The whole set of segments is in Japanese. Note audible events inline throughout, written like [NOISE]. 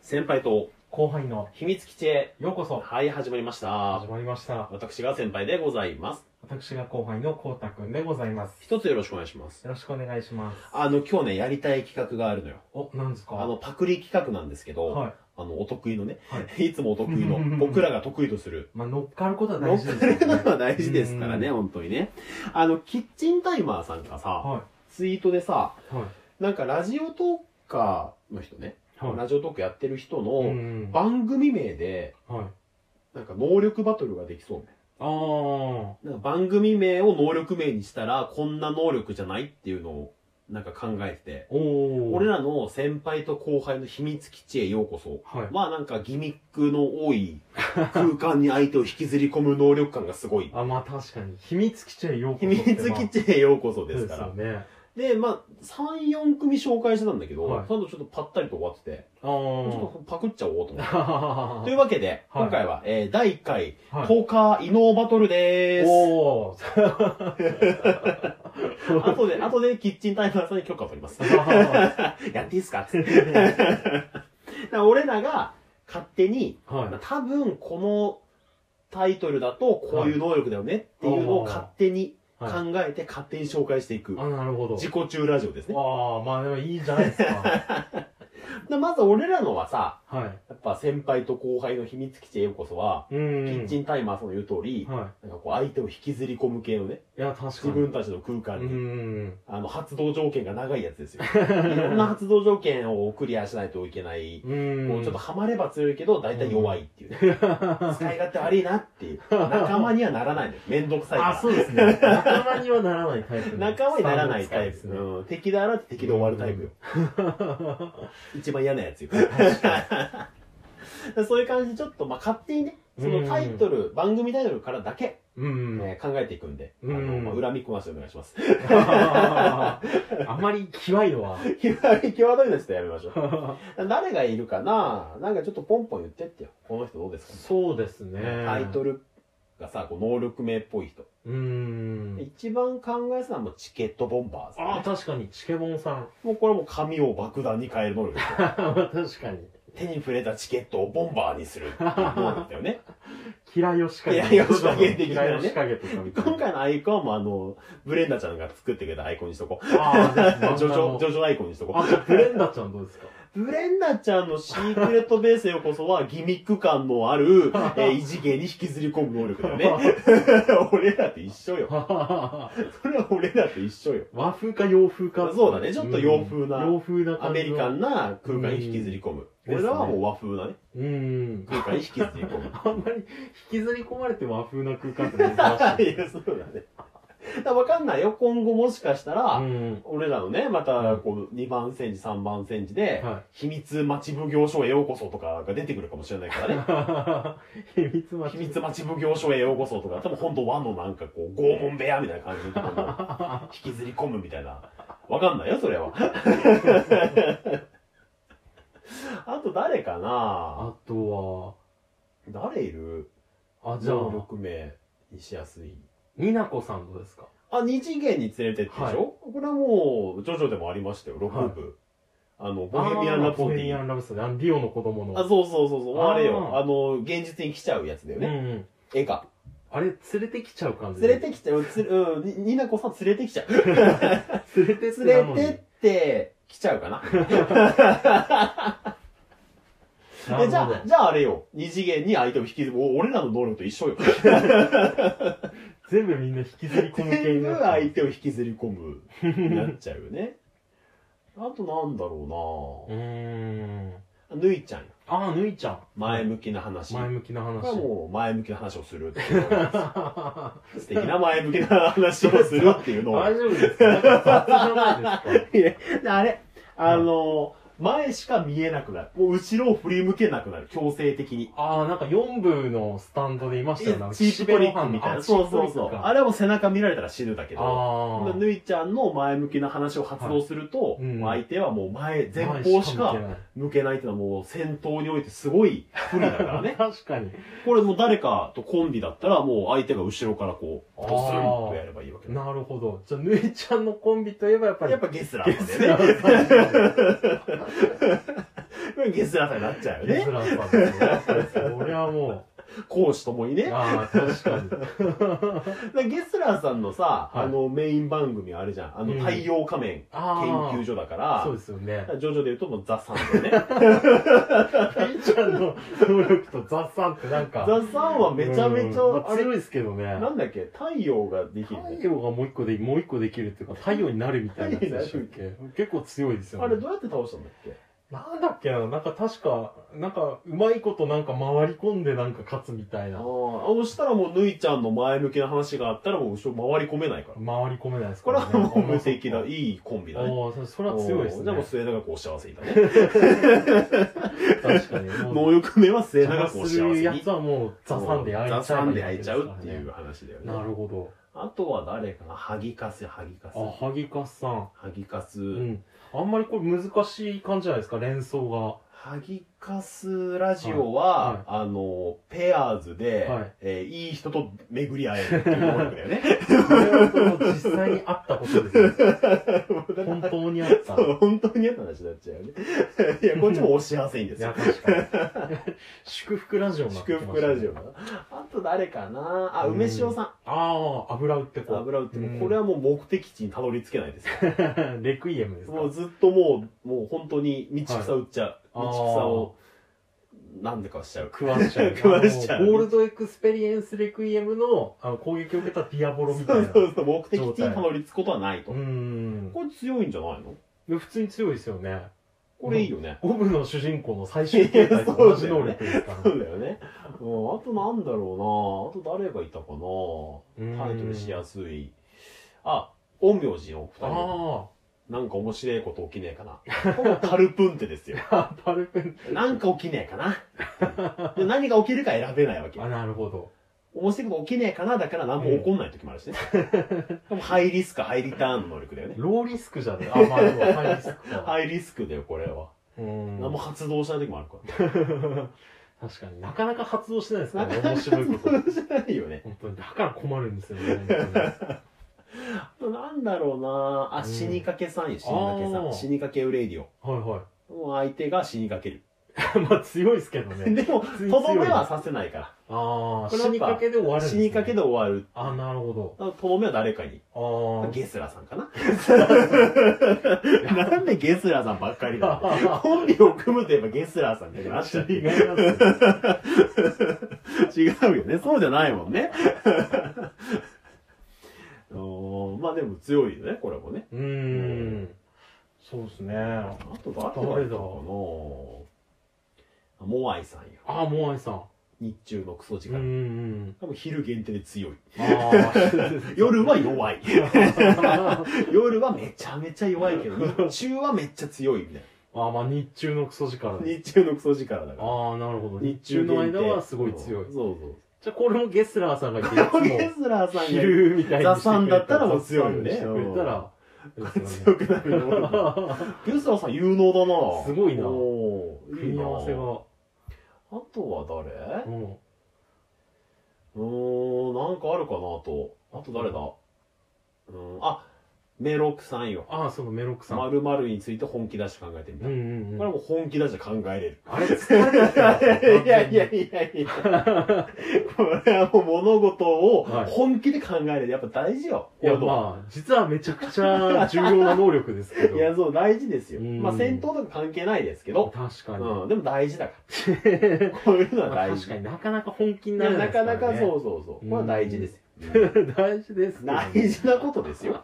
先輩と後輩の秘密基地へ、ようこそはい、始まりました始。まりました私が先輩でございます。私が後輩のこうたくんでございます一つよろしくお願いします。よろしくお願いしますあの、今日ね、やりたい企画があるのよ。おなんですかあの、パクリ企画なんですけど、はいあの、お得意のね、、は [LAUGHS] いつもお得意の、僕らが得意とす [LAUGHS] る、まあ乗っかることは乗っ大事でかすれよるねのは大事ですからね、本当にね。あの、キッチンタイマーさんがさ、はツイートでさ、いはなんかラジオトーカーの人ね、いはいラジオトークやってる人うのん番組名で、はいなんか能力バトルができそうね。あーなんか番組名を能力名にしたら、こんな能力じゃないっていうのを、なんか考えてて、おお俺らの先輩と後輩の秘密基地へようこそ。はいまあなんかギミックの多い空間に相手を引きずり込む能力感がすごい。あまあ確かに秘密基地へようこそ秘密基地へようこそですかそうら。ですよねで、まあ、3、4組紹介してたんだけど、はいその後ちょっとパッタリと終わってて、あちーょっとパクっちゃおうと思って。といはうわけ [LAUGHS] で、はい今回は、えー第1回、い、ポーカー異能バトルでーす。おー [LAUGHS] 後で、後でキッチンタイマーさんに許可を取り [LAUGHS] ます。は [LAUGHS] やっていいっすかつってだから俺らが勝手に、い多分このタイトルだとこういう能力だよねっていうのを勝手に考はいえて勝手に紹介していく。あなるほど自己中ラジオですね。ああまあでもいいじゃないで [LAUGHS] すかだからまず俺らのはさ、はいやっぱ先輩と後輩の秘密基地へようこそは、うキんッチンタイマーさんの言う通り、はなんかこう相手を引きずり込む系のね、い。いや、確か自に。分たちの空間うに、ん。あの発動条件が長いやつです [LAUGHS] よ。いろんな発動条件をクリアしないといけないうん。こうちょっとハマれば強いけど、大体弱いっていうね。使い勝手悪いなっていう。仲間にはならないのよ。めんどくさいあ、かそうですね。仲間にはならないタイプら。の。仲間にならないタイスプ。タンうん、敵であらって敵で終わるタイプよ。一番嫌なやつよ。ですね。確かにそういう感じでちょっと、まあ、勝手にね、そのタイトル、番組タイトルからだけ、うん。えー考えていくんで、あうの、んまあ、恨み込ませてお願いします。[LAUGHS] [LAUGHS] あまり際い [LAUGHS] のは。際どいのはちょっとやめましょう。誰がいるかななんかちょっとポンポン言ってってよ。この人どうですかそうですね。タイトルがさ、こう能力名っぽい人。うん。一番考えてたのはもうチケットボンバーズ、ああ、確かに。チケボ [LAUGHS] ンさん。もうこれはもう紙を爆弾に変える能 [LAUGHS] 力ですよ確かに。手に触れたチケットをボンバーにするっ [LAUGHS] ていう能力だよね。嫌いを仕掛け嫌いを仕掛け的なね嫌いを仕掛けとかみたいな。今回のアイコンもあの、ブレンダちゃんが作ってくれたアイコンにしとこう。ああ、 [LAUGHS] ジョジョ、ジョジョアイコンにしとこあ、じゃあブレンダちゃんどうですか [LAUGHS] う。ブレンダちゃんのシークレットベースよこそはギミック感のある、 [LAUGHS] えー異次元に引きずり込む能力だよね。俺らと一緒よ。それは俺らと一緒よ。和風か洋風か。そうだねちょっと洋風なうん洋風な感じのアメリカンな空間に引きずり込む。うん俺らはもう和風なね、うん。空間に引きずり込む。あんまり引きずり込まれて [LAUGHS] 和風な空間っ [LAUGHS] いて珍しい。や、そうだね。だからわかんないよ。今後もしかしたら、うん。俺らのね、また、こう、2番戦時、3番戦時で、は秘密町奉行所へようこそとかが出てくるかもしれないから [LAUGHS] ね。い。秘密町。秘密町奉行所へようこそとか、多分本当和のなんかこう、拷問部屋みたいな感じで、 [LAUGHS] こう引きずり込むみたいな。わかんないよ、それ [LAUGHS] は。 [LAUGHS] あと誰かなあと誰いるは、あ、じゃ能あ、力名にしやすい。になこさんどうですかあ、二次元に連れてってでしょ、はいこれはもう、ジョジョでもありましたよ、6部。あの、ボヘミアン・ラボプソデヘミィ。アン・ラブソディ。あのディオの子供の。あ、そうそうそうそう、あーあれよ。あの、現実に来ちゃうやつだようんね。うん。絵が。あれ、連れてきちゃう感じ。連れてきちゃう、つうん、にニナコさん連れてきちゃ [LAUGHS] う。連れてってな連のれにてって、来ちゃうかな。えじゃあ、じゃああれよ。二次元に相手を引きずる。お俺らの能力と一緒 [LAUGHS] よ。あ、全部みんな引きずり込む系全に部なっちゃう相手を引きずり込む。になっちゃうよね。あとなんだろうーん。うなぬいちゃんよ。ああ、ぬいちゃん。前向きな話。前向きなこれは話。もう前向きな話をするっていう。素敵な前向きな話をするっていうのを。大丈夫ですかなんか雑じゃないですかいやで [LAUGHS] あれ、あの、前しか見えなくなる。もう後ろを振り向けなくなる。強制的に。ああ、なんか4部のスタンドでいましたよ。なんかチープトリックみたいな。そうそうそう。ああれはもう背中見られたら死ぬだけど。あー。ぬいちゃんの前向きな話を発動すると、はいうん相手はもう前、前前方し見かてない。向けないっていうのはもう戦闘においてすごい不利だから [LAUGHS] ね確かに。これもう誰かとコンビだったらもう相手が後ろからこう、ドスンとやればいいわけだなるほど。じゃあ、ぬいちゃんのコンビといえばやっぱり。やっぱゲスラーゲなんだよね。スラーさんゲスラさになっちゃうよゲねス。ラーさんですよ。そりゃも講師ともにう。ね。ああ、確かに。でゲスラーさんのさ、はあいの、メイン番組あれじゃん。あの、うん太陽仮面研ああ。究所だから、そうですよね。 [LAUGHS] ジョジョで言うともうザ・サンだよね。ペイちゃんの能力と雑さんってなん [LAUGHS] か。ザ・サンはめちゃめちうんまゃ、ああれ、強いですけどね。なんだっけ、太陽ができ太るんだよね。陽がもう一個で、もう一個できるっていうか、太陽になるみたいなやつでしたっけ結構強いですよね。あれどうやって倒したんだっけなんだっけな、なんか確か、なんか、うまいことなんか回り込んでなんか勝つみたいあな。あ、回そしたらもう、ぬいちゃんの前向きな話があったら、もう後ろ回り込めないから。り込めないですこかれはら、もう無敵だ、あいいコンビだね。あ、そそれは強いですおーじゃあもねう。末永くお幸せにだね。確か [LAUGHS] に。能力名は末邪永魔くすお幸せるやにつ。はもう、ザサンで焼いちゃう。ザサンで焼いちゃうっていう。話だよなね。るほど。あとは誰かな萩カス、萩カス。あ、ハギカスさん。萩カス。うん。あんまりこれ難しい感じじゃないですか、連想が。萩カスラジオは、あの、ペアーズではい、えーいい人と巡り合えるっていう能力だよね。これはこの実際にあったことですね。本当にあった。そう本当に嫌な話になっちゃうよね。いや、こっちもお幸せいいんでいすや、よ。確かに。 [LAUGHS] 祝福ラジオになってき祝ました福ねラジオかな。あと誰かなあ、うん梅塩さああ、油売ってん。こう。油売ってうも、んこれはもう目的地にたどり着けないですよ。 [LAUGHS] レクイエムですかもうずっともう、もう本当に道草売っちゃう。はい道草を、なんでかしちゃう。 [LAUGHS] 食わしちゃう。食わしちゃうあのゴールドエクスペリエンスレクイエムのあの攻撃を受けたディアボロみたそいうな。そうそう、目的地にたどり着くことはないとう。ん。これ強いんじゃないので普通に強いですよね。これいいよね。オブの主人公の最終形態と [LAUGHS] 同じ能力ですから、そうだよね。うん、あとなんだろうなあと誰がいたかなうんタイトルしやすい。あ、陰陽師のお二人。あなんか面白いこと起きねえかな。これはタルプンテ [LAUGHS] ですよ。あ、 [LAUGHS] パルペン。なんか起きねえかな。で何が起きるか選べないわけ。あ、なるほど。面白いこと起きねえかな、だから何も起こんない時もある [LAUGHS] しね。でもハイリスク、ハイリターンの能力だよね。ローリスクじゃない。あ、まあ、でもハイリス [LAUGHS] クか。ハイリスクだよ、これは。うん。何も発動しない時もあるか。確かになかなか発動しないですかららね、面白いこと。発動しないよね。本当に。だから困るんですよね。本当に [LAUGHS] なんだろうなあ、うん死にかけさんよ、死にかけさあーん。死にかけウレイディオ。はいはもう相手が死にかける。い。まあ強いですけど [LAUGHS] ね。でも、と強いどめはさせないかああ、これ死やっぱにかけで終わら。るんです死ねにかけで終わる。あ、なるほとどめは誰かに。ど。あゲスラさん [LAUGHS] かななんでゲスラさんばっかり [LAUGHS] なんだよあ。コンビを組むといえばゲスラさんだけど、あっちゃう違います。違うよね。そうじゃないもんね。 [LAUGHS] おーまあでも強いよね、これもね。うーん。そうですね。ああと誰がいたかなあモアイさんよ。あ、モアイさん。日中のクソ力。うんうん多分昼限定で強い。うん。ああ、夜は弱い。 [LAUGHS] あ夜はめちゃめちゃ弱いけど、日中はめっちゃ強いみた [LAUGHS] いあ、まあ日中のクソ力な。で。日中のクソ力だから。ああ、なるほど。日中の間はすごい強いうん。そうそうじゃあこれもゲスラーさんがいて、いそう。つゲもスラーさんが昼みたいにしてくれ雑さんだったらもう強いよね雑さんにしてくれたら、ですよ [LAUGHS] 強くなるの。ねゲスラーさん有能だなすごいなおーいい組み合わせなが。あとは誰うん。うーん、なんかあるかなと。あと誰だうん、あ、メロクさんよ。ああ、そのメロクさん。まるまるについて本気出して考えてみうた。んこうんうん。れはもう本気出して考えれ [LAUGHS] る。あれ疲れてきたんですよいやいやいやいや。これはもう物事を本気で考える。やっぱ大事よ。いや、行動まあ、実はめちゃくちゃ重要な能力ですけど。いや、そう、大事ですよ。うんまあ、戦闘とか関係ないですけど。確かに。うん、でも大事だ [LAUGHS] から。こういうのはまあ大確事。かいになかなか本気になやらなないでかすらね。なかそうそうそう。これは大事ですよ。う。 [LAUGHS] 大事です、大。事なことですよ。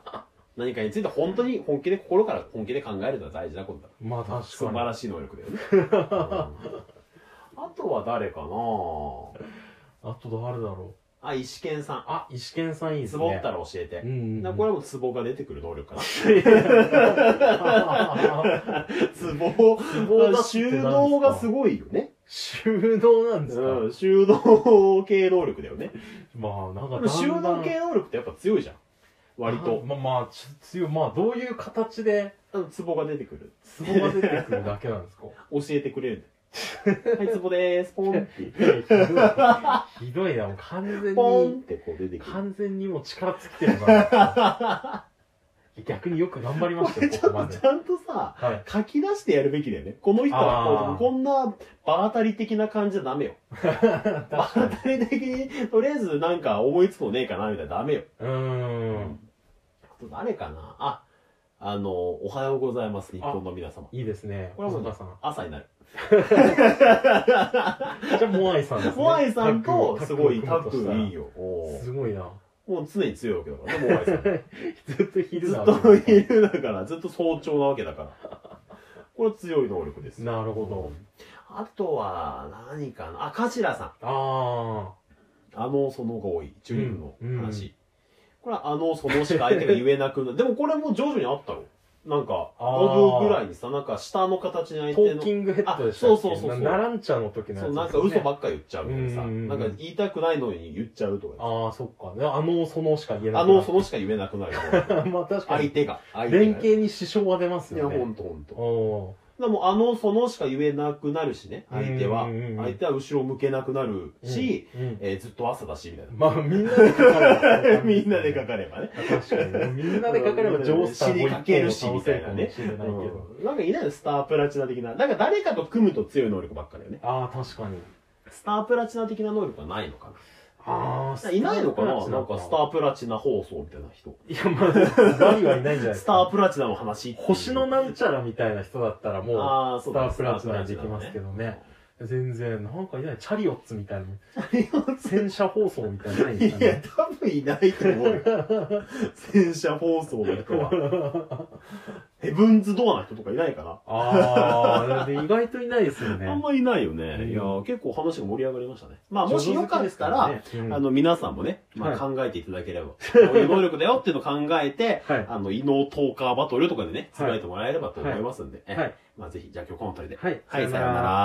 何かについて本当に本気で、心から本気で考えるのは大事なことだ。まあ確かに。素晴らしい能力だよね。うんあとは誰かなあと誰だろう。あ、石健さん。あ、石健さんいいですツね。ボったら教えてう。ん、う。なんこれはもうツボが出てくる能力かな。れ。ツボ、ツ収納がすごいよね。 [LAUGHS] 収納なんですか、うん、収納系能力だよね。まあ、なんでかもだ収んだ納ん系能力ってやっぱ強いじゃん。割と。まあまあ、ち強い。まあ、どういう形で、うんツボが出てくる。ツボが出てくるだけなんですか教えてくれるんだ [LAUGHS] よ。はい、ツボでーす。ポンって。いやひどい。ひどいな、もう完全に。ポンってこう出てくる。完全にもう力尽きてるな。逆によく頑張りまこしたれよ、ちこょこっとまでち。ゃんとさ、はい。書き出してやるべきだよね。この人はこあうーこんな場当たり的な感じじゃダメよ。 [LAUGHS] 確場か当に。たり的に、とりあえずなんか思いつくのねえかな、みたいなダメよ。うーん。あと誰かなあ、あの、おはようございます、日本の皆様。いいですね。これはも細う田さん。朝になる。じゃあ、モアイさんですね。モアイさんとタッグすをごいタッ組むとしたグらいいよ。おーすごいな。もう常に強いわけだからね、モアイ [LAUGHS] さん。ずっと昼ずだっといるだから、ずっと早朝なわけだから。これは強い能力です。なるほど。あとは、何かな。あ、カジラさん。ああの、そのが多い。チューリンプの話。うこれはあの、そのしか相手が言えなくなる。 [LAUGHS] でもこれも徐々にあったろ。なんか、あー5秒ぐらいにさ、なんか下の形にあ、相ト手ーの。キングヘッドでしたあっそうけそうそうそうなランチャーの時のやそつう、ですなんかよね嘘ばっか言っちゃうみたいなさ。うんうんうんなんか言いたくないのに言っちゃうとか。ああ、そっか。あの、そのしか言えない。あの、そのしか言えなくなる。 [LAUGHS] まあ確か相に。手が。相手連が。携に支障は出ますいや、よほね。んとほんと。おでもうあのそのしか言えなくなるしね相手はうんうんうん相手は後ろ向けなくなるーし、、うんうんえーずっと朝だしみたいな、まあみんなでかか [LAUGHS] る。 [LAUGHS] みんなでかかればね、確かに。みんなでかかれば上手さんも一本も倒せるかもしれないけど。うんなんかいないのスタープラチナ的ななんか誰かと組むと強い能力ばっかだよねああ、確かに。スタープラチナ的な能力はないのかあなあ、いないのかななんかスターープラチナ放送みたいな人いや、まあ、バリはいないんじゃないですスターか。プラチナの話っていう星のなんちゃらみたいな人だったらもあーう、そスうタだープラチナにできますけどね。全然、なんかいない。チャリオッツみたいな。戦車放送みたいなのないんいですかねや、多分いないと思うよ。戦車放送の人は。ヘブンズドアな人とかいないかなああ、で意外といないですよね。あんまりいないよね。うんいや、結構話が盛り上がりましたね。まあ、もしよかったら、ね、うんあの、皆さんもね、まはあ、い考えていただければ、こういう能力だよっていうのを考えて、はいあの、異能トーカーバトルとかでね、つぶやいてもらえればと思いますんで、はいはいまあ、ぜひ、じゃあ今日この辺りで。はいはい、ささよよううなならら。